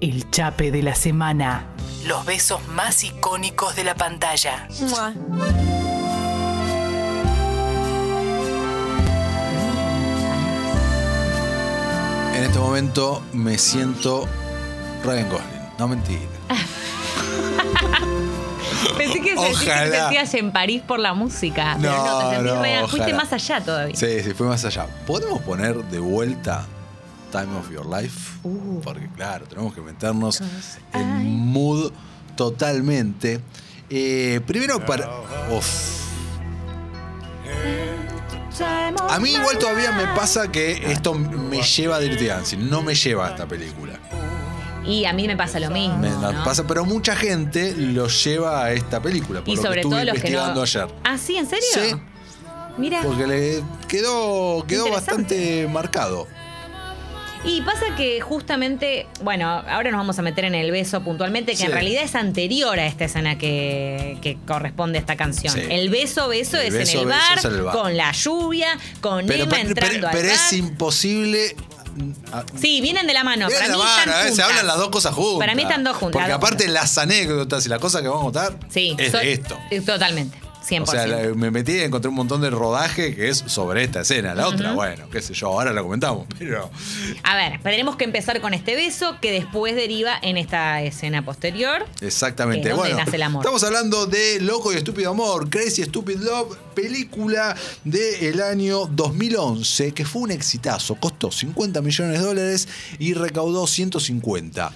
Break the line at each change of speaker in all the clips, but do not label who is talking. el chape de la semana. Los besos más icónicos de la pantalla.
Mua.
En este momento me siento Ryan Gosling. No mentir.
Ah, Pensé que se decís que te
Ojalá.
sentías en París por la música. pero
No,
no, te sentís
no,
re- fuiste
ojalá.
más allá todavía.
Sí, sí, fue más allá. ¿Podemos poner de vuelta Time of Your Life?
Uh.
Porque claro, tenemos que meternos en mood totalmente. Eh, primero para... Uf. A mí igual todavía me pasa que esto me lleva a Dirty Dancing, no me lleva a esta película.
Y a mí me pasa lo mismo.
Me la
¿no?
pasa, pero mucha gente lo lleva a esta película, por
y
lo que
sobre
estuve
todo los que
investigando
no.
ayer.
Ah, sí, ¿en serio?
Sí.
Mira.
Porque le quedó, quedó bastante marcado.
Y pasa que justamente, bueno, ahora nos vamos a meter en el beso puntualmente, que
Sí.
en realidad es anterior a esta escena que, que corresponde a esta canción.
Sí.
El beso, beso,
El
es,
beso,
en el
beso
bar,
es en el bar.
con la lluvia, con
Pero,
Emma
pero-
entrando
pero-
al
pero
bar.
es imposible. ah,
Sí, vienen de la mano.
mirá
Para
la
mí
mano,
están
eh, se
juntas.
hablan las dos cosas juntas.
Para mí están dos juntas.
Porque
las dos
aparte
juntas.
las anécdotas y las cosas que vamos a contar
Sí,
es
so-
de esto.
eh, Totalmente, 100%.
O sea, la- me metí y encontré un montón de rodaje que es sobre esta escena. La otra, bueno, qué sé yo, ahora la comentamos. Pero
A ver, tenemos que empezar con este beso que después deriva en esta escena posterior.
Exactamente.
Que es donde
Bueno,
nace el amor.
estamos hablando de Loco y Estúpido Amor, Crazy Stupid Love, película del año 2011, que fue un exitazo, costó 50 millones de dólares y recaudó 150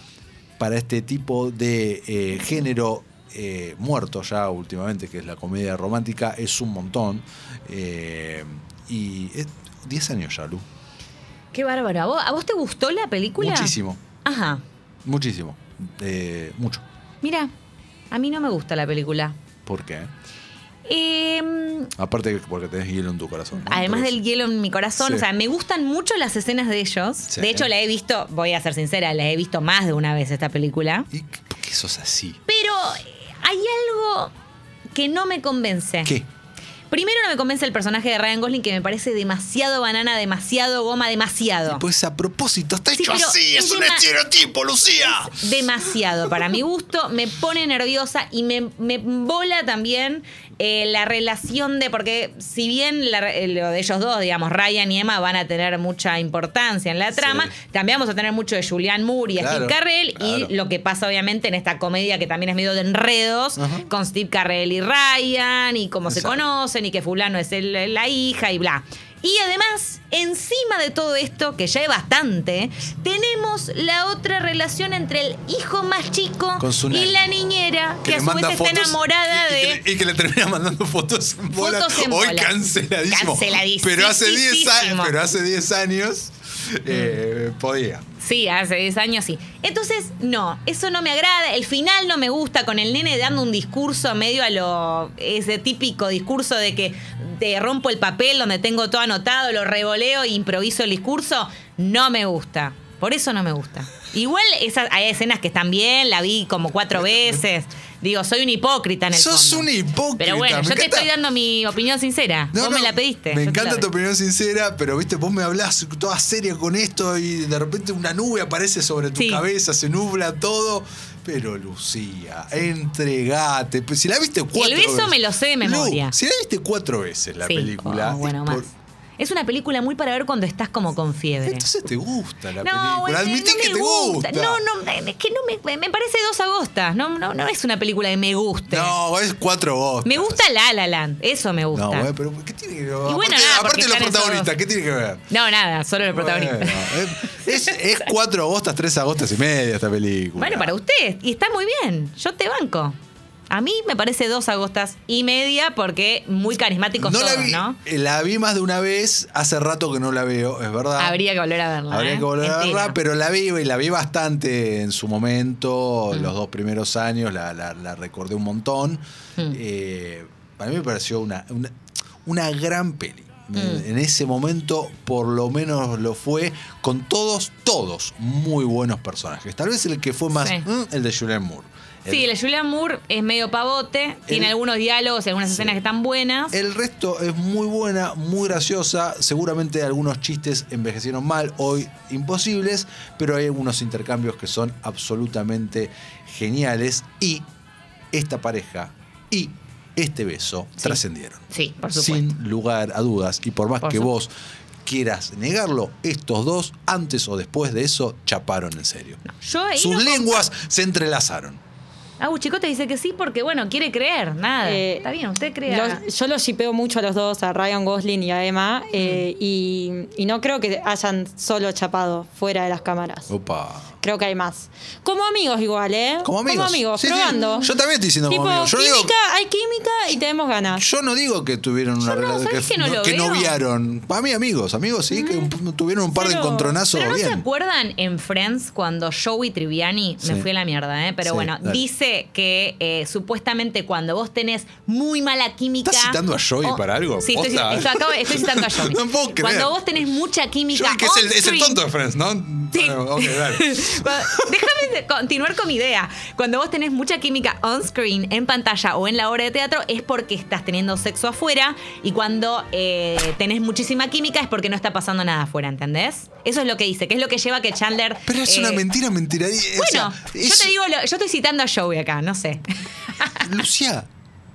para este tipo de eh, género. eh, muerto ya últimamente, que es la comedia romántica, es un montón. Eh, y es 10 años ya, Lu.
Qué bárbaro. ¿A vos, a vos te gustó la película?
Muchísimo,
Ajá.
muchísimo. Eh, mucho.
Mira, a mí no me gusta la película.
¿Por qué?
Eh,
Aparte que porque tenés hielo en tu corazón. ¿no?
Además
Por eso.
del hielo en mi corazón,
Sí.
o sea, me gustan mucho las escenas de ellos.
Sí.
De hecho, la he visto, voy a ser sincera, la he visto más de una vez esta película.
¿Y qué- por qué sos así?
Pero eh, hay algo que no me convence.
¿Qué?
Primero no me convence el personaje de Ryan Gosling, que me parece demasiado banana, demasiado goma, demasiado.
Pues a propósito, está
Sí,
hecho
pero
así, es,
es
un
dema-
estereotipo, Lucía.
demasiado para mi gusto, me pone nerviosa y me, me bola también eh, la relación de, porque si bien la re- eh, lo de ellos dos, digamos, Ryan y Emma van a tener mucha importancia en la trama, también vamos a tener mucho de Julianne Moore y
Claro,
Steve Carrell
claro.
y lo que pasa obviamente en esta comedia que también es medio de enredos
Ajá.
con Steve Carrell y Ryan y cómo se
Exacto.
conocen y que fulano es el- la hija y bla. Y además, encima de todo esto, que ya es bastante, tenemos la otra relación entre el hijo más chico
Con su
y
nene.
la niñera, que, a su vez está enamorada
y, y
de...
que, le- y que le termina mandando fotos en bola.
Fotos en
Hoy
bola.
canceladísimo.
Canceladísimo.
Pero hace 10
Muchísimo.
años, pero hace 10 años
Mm.
eh, podía.
Sí, hace 10 años sí. Entonces, no, eso no me agrada. El final no me gusta con el nene dando un discurso medio a lo. ese típico discurso de que te rompo el papel donde tengo todo anotado, lo revoleo e improviso el discurso. No me gusta. Por eso no me gusta. Igual esas, hay escenas que están bien, la vi como cuatro veces. Digo, soy un hipócrita en el
Sos
fondo.
un hipócrita,
Pero bueno,
me
yo te
encanta.
estoy dando mi opinión sincera.
No,
Vos
no,
me la pediste.
Me
yo te la
encanta tu
doy.
opinión sincera, pero viste, vos me hablás toda seria con esto y de repente una nube aparece sobre tu
Sí.
cabeza, se nubla todo. Pero Lucía, entregate. Pues, Si la viste cuatro
beso
veces-
me lo sé de
Lu,
memoria.
si la viste cuatro veces la
Sí,
película.
o- ah, bueno,
es
más.
por-
Es una película muy para ver cuando estás como con fiebre.
Entonces te gusta la
no,
película.
es que
Admití
no me
que te gusta.
No, no, es que no me, me parece dos agostas. No, no, no es una película que me guste.
No, es cuatro vos.
Me gusta La La Land, eso me gusta.
No,
No,
bueno, pero ¿qué tiene que ver?
bueno,
aparte,
nada, porque
aparte los
están esos
protagonistas,
dos.
¿qué tiene que ver?
nada, solo el protagonista.
Bueno, es, es cuatro agostas, tres agostas y media esta película.
Bueno, para usted, y está muy bien. Yo te banco. A mí me parece dos agostas y media porque muy carismáticos
no la
todos,
vi,
¿no?
eh, La vi más de una vez, hace rato que no la veo, es verdad.
Habría que volver a verla.
Ah. Habría
¿eh?
que volver a
Entera.
verla, pero la vi y la vi bastante en su momento,
Mm.
los dos primeros años, la, la- la recordé
Mm.
un montón. Eh, para mí me pareció una, una, una gran peli.
Mm.
Eh, En ese momento, por lo menos lo fue, con todos, todos muy buenos personajes. Tal vez el que fue más,
Sí.
"Mm", el de Julian Moore. El-
Sí, la Julia Moore es medio pavote, tiene algunos diálogos, algunas escenas que están buenas.
El resto es muy buena, muy graciosa. Seguramente algunos chistes envejecieron mal, hoy imposibles, pero hay algunos intercambios que son absolutamente geniales. Y esta pareja y este beso trascendieron.
sí, por supuesto.
Sin lugar a dudas. Y por más
Por
que
supuesto.
vos quieras negarlo, estos dos, antes o después de eso, chaparon en serio.
Yo ahí
Sus
no comp-
lenguas se entrelazaron.
Ah, Chico te dice que sí porque, bueno, quiere creer, nada.
Eh,
Está bien, usted crea.
Los- yo los shipeo mucho a los dos, a Ryan Gosling y a Emma, eh, y, y no creo que hayan solo chapado fuera de las cámaras.
Opa.
Creo que hay más. Como amigos igual, ¿eh?
Como amigos. Sí, sí.
probando.
Yo también estoy diciendo
Tipo,
como amigos. Yo no
química,
digo-
hay química y tenemos ganas.
Yo no digo que tuvieron una
no,
relación
¿sabes que no lo
que
veo? Mm.
noviaron. Para mí, amigos, amigos, sí, que un- tuvieron un par de
Pero-
encontronazos
Pero no se
bien.
acuerdan en Friends cuando Joey Triviani,
Sí.
me fui a la mierda, ¿eh? pero
Sí,
bueno,
dale.
dice que eh, supuestamente cuando vos tenés muy mala química.
¿Estás citando a Joey para algo?
Sí, estoy,
Posta.
estoy- acabo- estoy citando a Joey.
No puedo creer.
Cuando vos tenés mucha
Yo
química.
vi que es el, es el
on-screen,
tonto de Friends, ¿no?
Sí.
Bueno, ok, dale.
Cuando- Déjame de- continuar con mi idea. Cuando vos tenés mucha química on screen, en pantalla o en la obra de teatro, es porque estás teniendo sexo afuera. Y cuando eh, tenés muchísima química es porque no está pasando nada afuera, ¿entendés? Eso es lo que dice, que es lo que lleva a que Chandler.
Pero es
eh,
una mentira, mentira. y- o sea,
Bueno,
es-
yo te digo, lo- yo estoy citando a Joey acá, no sé.
Lucía,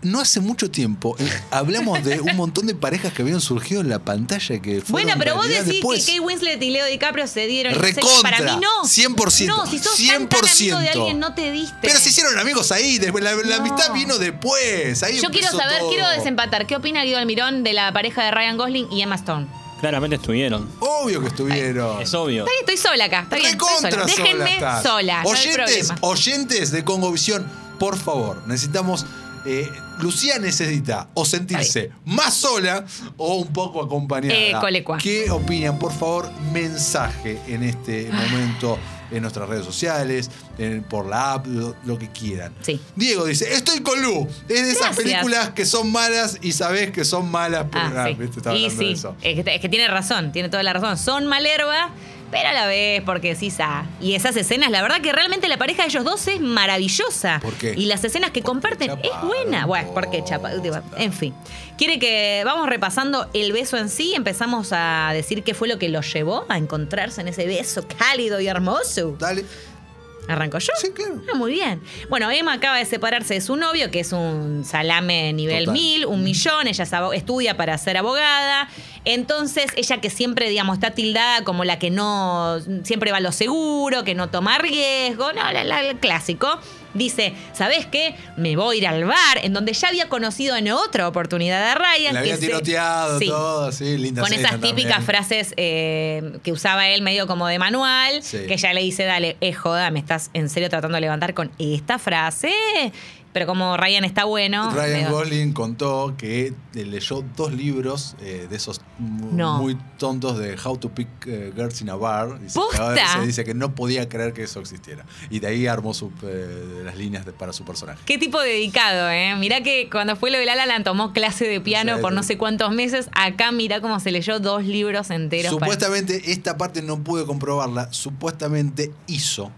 no hace mucho tiempo eh, hablamos de un montón de parejas que habían surgido en la pantalla que fueron
Bueno, pero vos
realidad
decís
después.
que Kate Winslet y Leo DiCaprio se dieron. no sé qué,
Recontra,
para mí no.
100%,
No, si sos tan, tan amigo de
100%.
alguien, no te diste.
Pero se hicieron amigos ahí, después la, la
No.
amistad vino después. Ahí
Yo quiero
empezó
saber,
todo.
quiero desempatar. ¿Qué opina Guido Almirón de la pareja de Ryan Gosling y Emma Stone? Está
Claramente estuvieron.
Obvio que estuvieron.
Es obvio.
bien, estoy sola acá. Está bien, estoy
Recontra
sola.
sola
Déjenme sola,
estás.
no hay
oyentes,
problema.
oyentes de Congovisión, por favor, necesitamos. eh, Lucía necesita o sentirse más sola o un poco acompañada.
Eh, colecua.
¿Qué opinan? Por favor, mensaje en este
Ah.
momento en nuestras redes sociales, en- por la app, lo, lo que quieran.
Sí.
Diego dice, estoy con Lu. Es de esas
Gracias.
películas que son malas y sabés que son malas. pero-
Ah,
ah,
sí.
viste, estaba
Y
hablando de
sí,
eso.
es que, es que tiene razón, tiene toda la razón. Son Malerva, pero a la vez, porque sí, sa. Y esas escenas, la verdad que realmente la pareja de ellos dos es maravillosa.
¿Por qué?
Y las escenas que comparten es
chaparon,
buena. Bueno, porque chapa.
posta.
En fin. Quiere que vamos repasando el beso en sí. Empezamos a decir qué fue lo que los llevó a encontrarse en ese beso cálido y hermoso.
Dale.
¿Arranco yo?
Sí, claro.
Ah, muy bien. Bueno, Emma acaba de separarse de su novio, que es un salame nivel
Total.
mil, un millón. Ella es abo- estudia para ser abogada. Entonces, ella que siempre, digamos, está tildada como la que no. siempre va a lo seguro, que no toma riesgo, no, la- la- el clásico. Dice, ¿sabes qué? Me voy a ir al bar, en donde ya había conocido en otra oportunidad a Ryan.
La
que
había
se-
tiroteado,
Sí.
todo, sí, linda
Con
cena
esas típicas
también.
frases eh, que usaba él medio como de manual,
Sí.
que ya le dice, dale, es joda, me estás en serio tratando de levantar con esta frase. Pero como Ryan está bueno.
Ryan
medio-
Gosling contó que eh, leyó dos libros eh, de esos mu-
No.
muy tontos de How to Pick eh, Girls in a Bar. Y se,
¡Posta!
cagaba de risa y dice que no podía creer que eso existiera. Y de ahí armó su, eh, las líneas de- para su personaje.
Qué tipo de dedicado, ¿eh? Mirá que cuando fue lo de La La Land tomó clase de piano
Sí.
por no sé cuántos meses. Acá mirá cómo se leyó dos libros enteros. para-
Supuestamente, esta parte no pude comprobarla, supuestamente hizo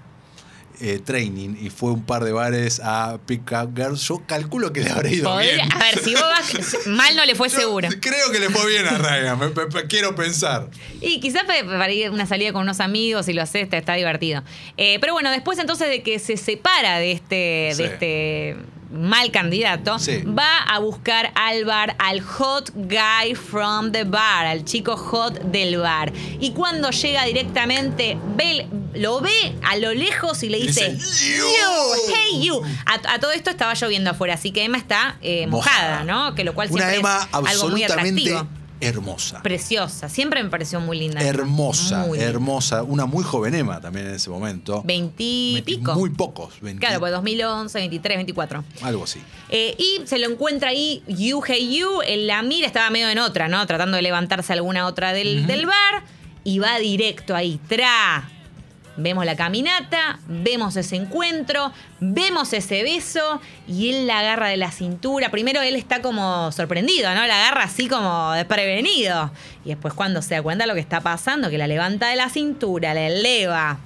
eh, training y fue un par de bares a Pick Up Girls. Yo calculo que le habrá ido
Podría-
bien.
A ver, si vos vas, mal no le fue
Yo
Pues seguro.
Creo que le fue bien a Ryan, me- me- me- quiero pensar.
Y quizás pa- para ir a una salida con unos amigos y lo haces, está, está divertido. Eh, pero bueno, después entonces de que se separa de este,
Sí.
de este mal candidato,
Sí.
va a buscar al bar, al hot guy from the bar, al chico hot del bar. Y cuando llega directamente, ve- lo ve a lo lejos y le dice,
Dice,
"You,
"You".
hey you. A, a todo esto estaba lloviendo afuera, así que Emma está eh, mojada,
Mojada.
¿no? Que lo cual
Una
siempre
Emma
es algo muy
absolutamente
atractivo.
hermosa.
Preciosa, siempre me pareció muy linda.
Hermosa,
Muy linda.
hermosa. Una muy joven Emma también en ese momento.
Veintipico.
Muy pocos, 20,
Claro, pues 2011, 23, 24.
algo así.
Eh, y se lo encuentra ahí You Hey You. en la mira estaba medio en otra, ¿no? Tratando de levantarse alguna otra del, del bar. Y va directo ahí, tra. Vemos la caminata, vemos ese encuentro, vemos ese beso y él la agarra de la cintura. Primero él está como sorprendido, ¿no? La agarra así como desprevenido. Y después cuando se da cuenta de lo que está pasando, que la levanta de la cintura, la eleva.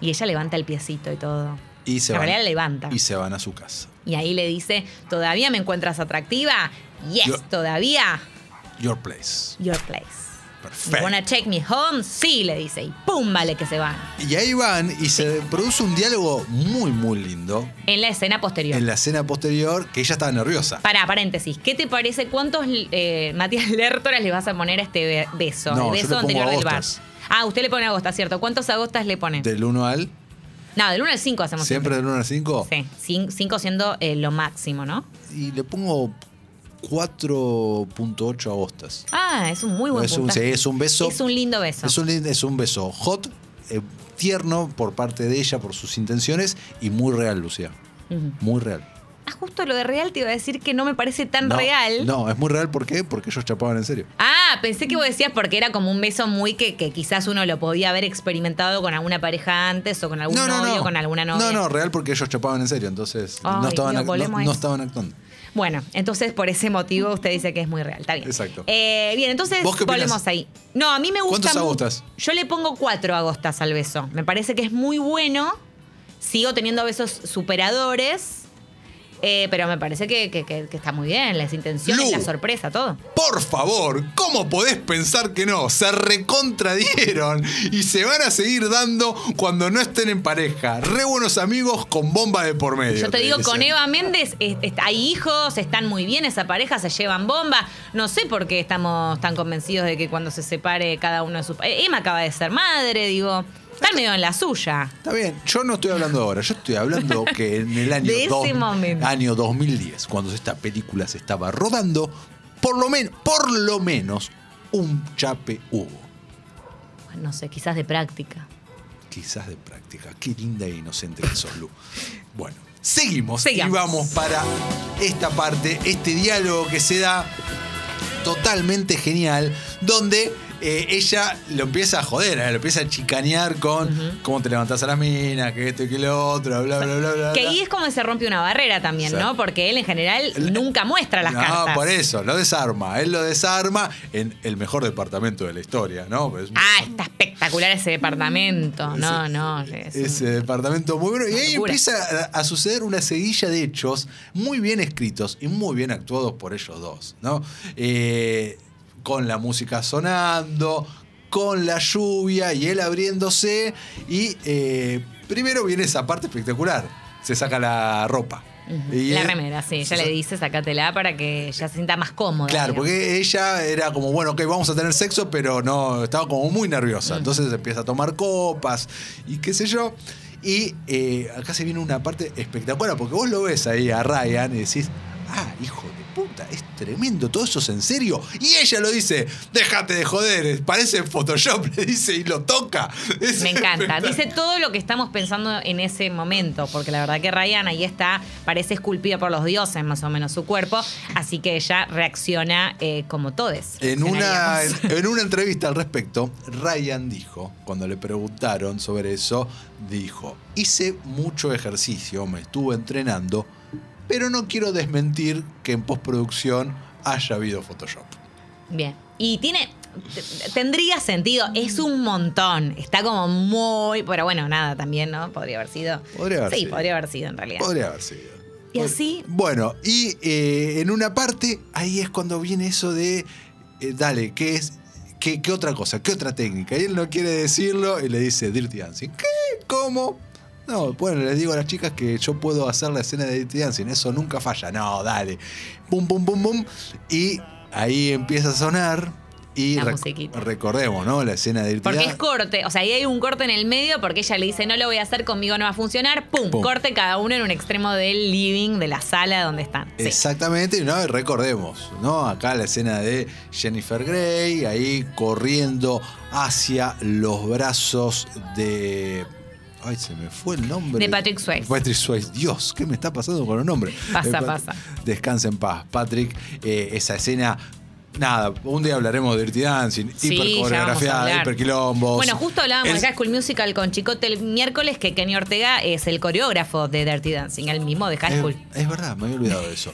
Y ella levanta el piecito y todo.
Y se
en
van,
realidad levanta.
Y se van a su casa.
Y ahí le dice, ¿todavía me encuentras atractiva? Yes,
Yo-
todavía.
Your place.
Your place.
Perfecto.
You wanna check me home? Sí, le dice. Y pum, vale que se van.
Y ahí van y se produce un diálogo muy, muy lindo
En la escena posterior.
en la escena posterior que ella estaba nerviosa.
Para, paréntesis. ¿Qué te parece? ¿Cuántos eh, Matías Lertora le vas a poner a este be- beso?
No, yo
el
le
beso
pongo
anterior del bar.
agostas.
Ah, usted le pone agostas, ¿cierto? ¿Cuántos agostas le pone?
Del 1 al.
no, del 1 al 5 hacemos.
Siempre del 1 al 5.
Sí, 5 siendo eh, lo máximo, ¿no?
Y le pongo 4.8 agostas.
Ah, es un muy buen
es, un,
puntaje.
sí, es un beso.
Es un lindo beso.
Es un, lin- es un beso hot, eh, tierno por parte de ella, por sus intenciones y muy real, Lucía.
Ujú.
Muy real.
Ah, justo lo de real te iba a decir que no me parece tan
No,
real.
No, es muy real. ¿Por qué? Porque ellos chapaban en serio.
Ah, pensé que vos decías porque era como un beso muy que, que quizás uno lo podía haber experimentado con alguna pareja antes o con algún
no, no,
novio,
no.
con alguna novia.
No, no, real porque ellos chapaban en serio. Entonces no,
Ay,
estaban
Dios,
ac-
volvemos
no,
a
no
eso.
estaban actuando.
Bueno, entonces por ese motivo usted dice que es muy real. Está bien.
Exacto.
Eh, bien, entonces
¿Vos qué opinás?
volvemos ahí. No, a mí me gusta.
¿Cuántos
mu-
agostas?
Yo le pongo cuatro agostas al beso. Me parece que es muy bueno. Sigo teniendo besos superadores. eh, pero me parece que, que- que- que está muy bien. Las intenciones,
Lu.
la sorpresa, todo.
Por favor, ¿cómo podés pensar que no? Se recontradieron y se van a seguir dando cuando no estén en pareja. Re buenos amigos con bomba de por medio.
Yo te digo, con
dicen.
Eva Méndez es- es- hay hijos, están muy bien esa pareja, se llevan bomba. No sé por qué estamos tan convencidos de que cuando se separe cada uno de sus... eh, Emma acaba de ser madre, digo. Está medio en la suya.
Está bien, yo no estoy hablando ahora, yo estoy hablando que en el año,
De ese
dos-
momento.
año 2010, cuando esta película se estaba rodando, por lo, menos por lo menos un chape hubo.
No sé, quizás de práctica.
Quizás de práctica. Qué linda e inocente que sos, Lu. Bueno, seguimos,
Sigamos.
y vamos para esta parte, este diálogo que se da totalmente genial, donde eh, ella lo empieza a joder, eh, lo empieza a chicanear con cómo te levantás a las minas, que esto y que lo otro, bla, bla, bla, bla.
Que
bla.
ahí es como se rompe una barrera también,
Sí.
¿no? Porque él en general
El-
nunca muestra las
no,
cartas.
por eso, lo desarma. Él lo desarma en el mejor departamento de la historia, ¿no? Pues,
Ah, está espectacular ese departamento. No, no. es un-
Ese departamento muy bueno. Y ahí
locura.
empieza a, a suceder una seguilla de hechos muy bien escritos y muy bien actuados por ellos dos, ¿no? Eh, con la música sonando, con la lluvia y él abriéndose. Y eh, primero viene esa parte espectacular. Se saca la ropa. Y
la
él-
remera, sí.
se
Ya le
sa-
dice, sacátela para que ella se sienta más cómoda.
Claro,
digamos.
porque ella era como, bueno, ok, vamos a tener sexo, pero no, estaba como muy nerviosa. Entonces empieza a tomar copas y qué sé yo. Y eh, acá se viene una parte espectacular, porque vos lo ves ahí a Ryan y decís, ah, hijo de puta, es tremendo, todo eso es en serio. Y ella lo dice, déjate de joder, parece Photoshop, le dice, y lo toca. Es
Me encanta.
espectacular.
Dice todo lo que estamos pensando en ese momento, porque la verdad que Ryan ahí está, parece esculpida por los dioses, más o menos su cuerpo, así que ella reacciona eh, como todes.
En una,
reaccionaríamos.
en una entrevista al respecto, Ryan dijo, cuando le preguntaron sobre eso, dijo, hice mucho ejercicio, me estuve entrenando, pero no quiero desmentir que en postproducción haya habido Photoshop.
Bien. Y tiene. t- Tendría sentido, es un montón. Está como muy. Pero bueno, nada, también, ¿no? Podría haber sido.
Podría haber
sí,
sido.
podría haber sido en realidad.
Podría haber sido.
Y así-
Bueno, y eh, en una parte, ahí es cuando viene eso de, eh, dale, ¿qué es? ¿Qué, qué otra cosa? ¿Qué otra técnica? Y él no quiere decirlo y le dice Dirty Dancing. ¿Qué? ¿Cómo? No, bueno, les digo a las chicas que yo puedo hacer la escena de Dirty Dancing. Eso nunca falla. No, dale. Bum, bum, bum, bum. Y ahí empieza a sonar. Y
La
rec-
musiquita.
recordemos, ¿no? La escena de Dirty
Porque es
Dancing.
corte, o sea, ahí hay un corte en el medio porque ella le dice, no lo voy a hacer, conmigo no va a funcionar. ¡Pum!
Pum.
Corte cada uno en un extremo del living, de la sala donde están. Sí.
Exactamente, ¿no? Y recordemos, ¿no? Acá la escena de Jennifer Grey, ahí corriendo hacia los brazos de. Ay, se me fue el nombre.
De Patrick Swayze.
Patrick Swayze. Dios, ¿qué me está pasando con los nombres?
Pasa,
Eh, Pat-
pasa.
Descansa en paz, Patrick. Eh, esa escena nada, un día hablaremos de Dirty Dancing,
Sí, ya vamos a
hipercoreografía,
hablar.
hiperquilombos.
Bueno, justo hablábamos
El-
acá de School Musical con Chicote el miércoles que Kenny Ortega es el coreógrafo de Dirty Dancing, el mismo de High
Es-
School.
Es, verdad, me había olvidado de eso.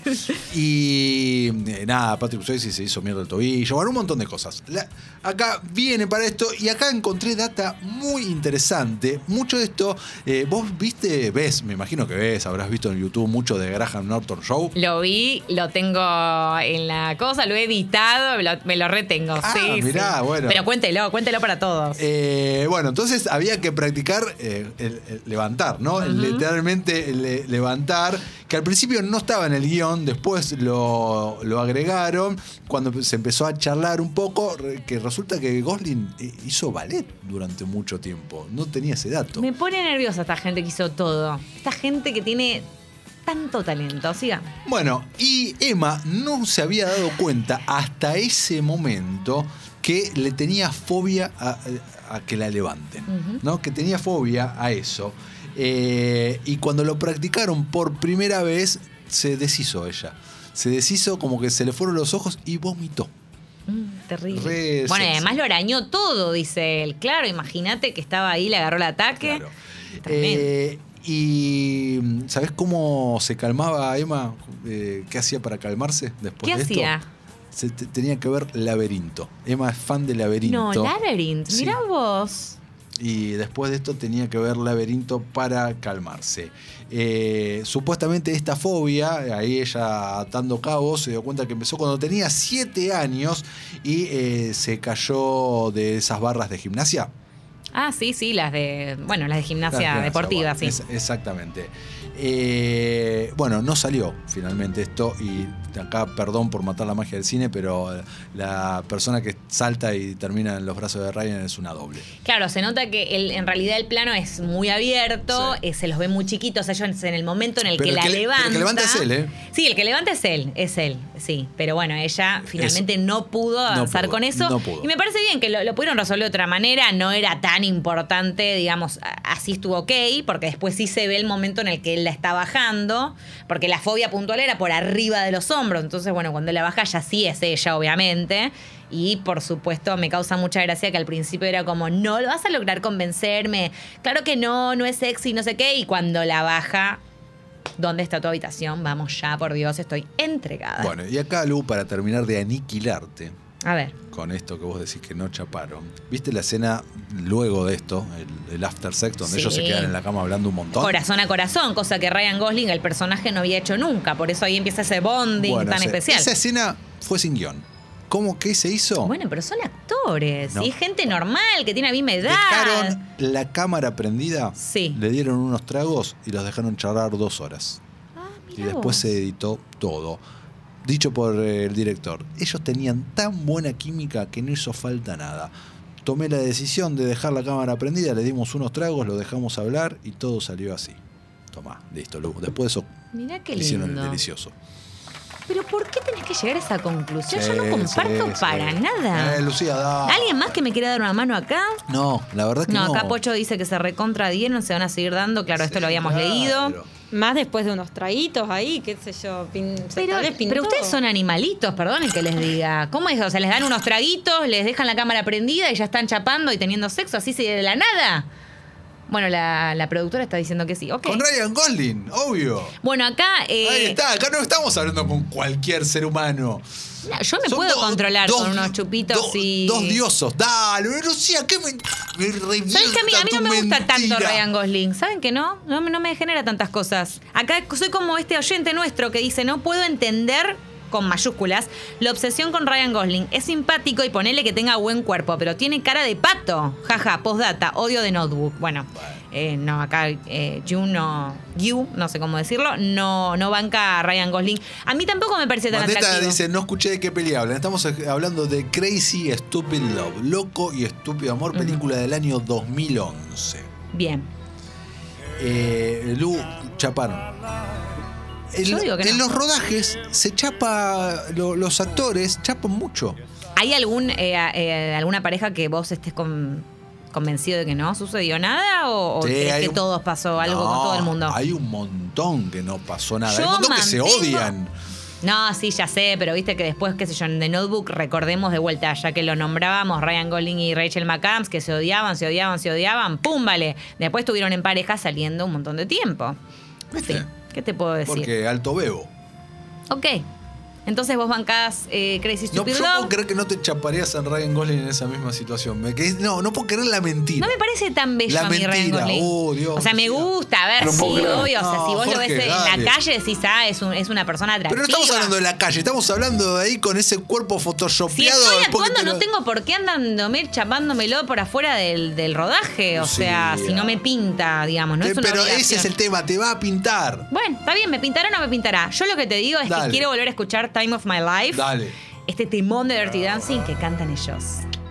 y eh, nada, Patrick Swayze se hizo mierda el tobillo, bueno, un montón de cosas. La- acá viene para esto y acá encontré data muy interesante. Mucho de esto, eh, vos viste, ves, me imagino que ves, habrás visto en YouTube mucho de Graham Norton Show.
Lo vi, lo tengo en la cosa, lo he editado, lo- me lo retengo.
Ah,
sí,
mirá,
sí.
bueno.
Pero cuéntelo, cuéntelo para todos.
Eh, bueno, entonces había que practicar eh, el- el levantar, ¿no? Literalmente le- levantar, que al principio no estaba en el guión, después lo, lo agregaron, cuando se empezó a charlar un poco, re- que resulta que Gosling eh, hizo ballet durante mucho tiempo, no tenía ese dato.
Me pone nerviosa esta gente que hizo todo. Esta gente que tiene tanto talento. Sigan.
Bueno, y Emma no se había dado cuenta hasta ese momento que le tenía fobia a, a que la levanten, ¿no? Que tenía fobia a eso. Eh, y cuando lo practicaron por primera vez, se deshizo ella. Se deshizo como que se le fueron los ojos y vomitó.
Mm, terrible.
Re
bueno, y
sexy.
además lo arañó todo, dice él. Claro, imagínate que estaba ahí, le agarró el ataque.
Claro.
Tremendo.
Eh, y ¿sabes cómo se calmaba Emma? Eh, ¿Qué hacía para calmarse después
¿Qué
de esto?
hacía?
Se te- tenía que ver Laberinto. Emma es fan de Laberinto.
No, Labyrinth.
Sí.
Mirá vos.
Y después de esto tenía que ver laberinto para calmarse. Eh, supuestamente esta fobia, ahí ella atando cabos, se dio cuenta que empezó cuando tenía 7 años y eh, se cayó de esas barras de gimnasia.
Ah, sí, sí, las de. Bueno, las de gimnasia
Claro,
deportiva,
bueno,
sí.
es- exactamente. Eh, bueno, no salió finalmente esto y acá perdón por matar la magia del cine, pero la persona que salta y termina en los brazos de Ryan es una doble.
Claro, se nota que el- en realidad el plano es muy abierto,
Sí.
eh, se los ve muy chiquitos ellos en el momento en el
Pero
que
el
la
que le- pero
levanta.
el que levanta es él, ¿eh?
Sí, el que levanta es él, es él, sí. Pero bueno, ella finalmente no pudo avanzar
pudo,
con eso.
no pudo.
Y me parece bien que lo, lo pudieron resolver de otra manera, no era tan importante, digamos, a- así estuvo ok, porque después sí se ve el momento en el que él la está bajando, porque la fobia puntual era por arriba de los hombros, entonces bueno, cuando la baja ya sí es ella, obviamente. Y por supuesto me causa mucha gracia que al principio era como, no lo vas a lograr convencerme, claro que no, no es sexy, no sé qué, y cuando la baja, ¿dónde está tu habitación? Vamos ya, por Dios, estoy entregada.
Bueno, y acá Lu, para terminar de aniquilarte,
A ver.
con esto que vos decís que no chaparon. ¿Viste la escena luego de esto, el, el after sex, donde
Sí.
ellos se quedan en la cama hablando un montón?
Corazón a corazón, cosa que Ryan Gosling, el personaje, no había hecho nunca. Por eso ahí empieza ese bonding
Bueno,
tan
ese-
especial.
Esa escena fue sin guión. ¿Cómo que se hizo?
Bueno, pero son actores.
No.
Y es gente normal que tiene la misma edad.
dejaron la cámara prendida,
Sí.
le dieron unos tragos y los dejaron charlar dos horas.
Ah, mirá
y después
vos.
se editó todo. Dicho por eh, el director, ellos tenían tan buena química que no hizo falta nada. Tomé la decisión de dejar la cámara prendida, le dimos unos tragos, lo dejamos hablar y todo salió así. Tomá, listo. Lu. Después de eso
Mirá qué
hicieron el
lindo.
delicioso.
Pero ¿por qué tenés que llegar a esa conclusión? Yo
Sí,
no comparto
sí, sí.
para nada.
Eh, Lucía, da.
¿Alguien más que me quiera dar una mano acá?
No, la verdad que
No,
no.
acá Pocho dice que se recontradieron, se van a seguir dando. Claro, esto
Sí,
lo habíamos
claro.
leído.
Más después de unos traguitos ahí, qué sé yo. pin- se
Pero,
tal vez pintó.
pero ustedes son animalitos, perdonen que les diga. ¿Cómo es? O sea, les dan unos traguitos, les dejan la cámara prendida y ya están chapando y teniendo sexo así sí, de la nada. Bueno, la, la productora está diciendo que sí. Ok.
Con Ryan Gosling, obvio.
Bueno, acá. eh,
Ahí está, acá no estamos hablando con cualquier ser humano.
no, yo me
Son
puedo
do-
controlar
dos-
con unos chupitos
dos-
y.
Dos diosos. Dale, Lucía, que me, me
¿Sabes que a mí, a mí
revienta
no me
tu
gusta tanto
mentira?
Ryan Gosling? ¿Saben que no? no? me- No me genera tantas cosas. Acá soy como este oyente nuestro que dice, no puedo entender con mayúsculas la obsesión con Ryan Gosling. Es simpático y ponele que tenga buen cuerpo, pero tiene cara de pato. Jaja, postdata, odio de notebook. Bueno, eh, no, acá eh, Yu no, Yu, no sé cómo decirlo, no, no banca a Ryan Gosling. A mí tampoco me parece tan
Mandetta
atractivo.
dice, no escuché de qué peli hablan. Estamos eh, hablando de Crazy Stupid Love, Loco y Estúpido Amor, película del año 2011.
Bien.
Eh, Lu, chaparon. En,
Yo digo que
en
no.
los rodajes se chapa, lo- los actores chapan mucho.
¿Hay algún, eh, a- eh, alguna pareja que vos estés con- convencido de que no sucedió nada? ¿O, o
Sí,
crees
hay
que
un-
todos pasó algo con
No,
todo el mundo?
Hay un montón que no pasó nada.
Yo
hay un montón que se
mantengo-
odian.
No, sí, ya sé, pero viste que después, qué sé yo, en The Notebook recordemos de vuelta, ya que lo nombrábamos, Ryan Gosling y Rachel McAdams, que se odiaban, se odiaban, se odiaban, ¡pum! Vale. Después estuvieron en pareja saliendo un montón de tiempo. En
¿Viste?
fin, ¿qué te puedo decir?
Porque alto bebo.
Ok. Entonces vos bancás eh, Crazy
No,
Stupid
yo
Love.
puedo creer que no te chaparías en Ryan Gosling en esa misma situación. Me quedé- no, no puedo creer la mentira.
No me parece tan bello
La
a mí Ryan
mentira,
Gosling.
oh, Dios,
o sea, me
mentira.
gusta, a ver,
No
sí,
puedo creer.
obvio. O sea,
No,
si vos lo
Jorge,
ves en
dale.
la calle, decís, ah, es, un- es una persona
Pero
atractiva.
no estamos hablando de la calle, estamos hablando de ahí con ese cuerpo
Si
photoshopeado.
estoy
porque
actuando,
te lo-
no tengo por qué andándome chapándomelo por afuera del, del rodaje. O
Sí,
sea, si no
ah.
me pinta, digamos, no
Te-
es una
Pero ese
obligación.
es el tema, te va a pintar.
Bueno, está bien, me pintará o no me pintará. Yo lo que te digo es que
Dale.
quiero volver a escuchar Time of My Life.
Dale.
Este timón de Dirty Dancing que cantan ellos.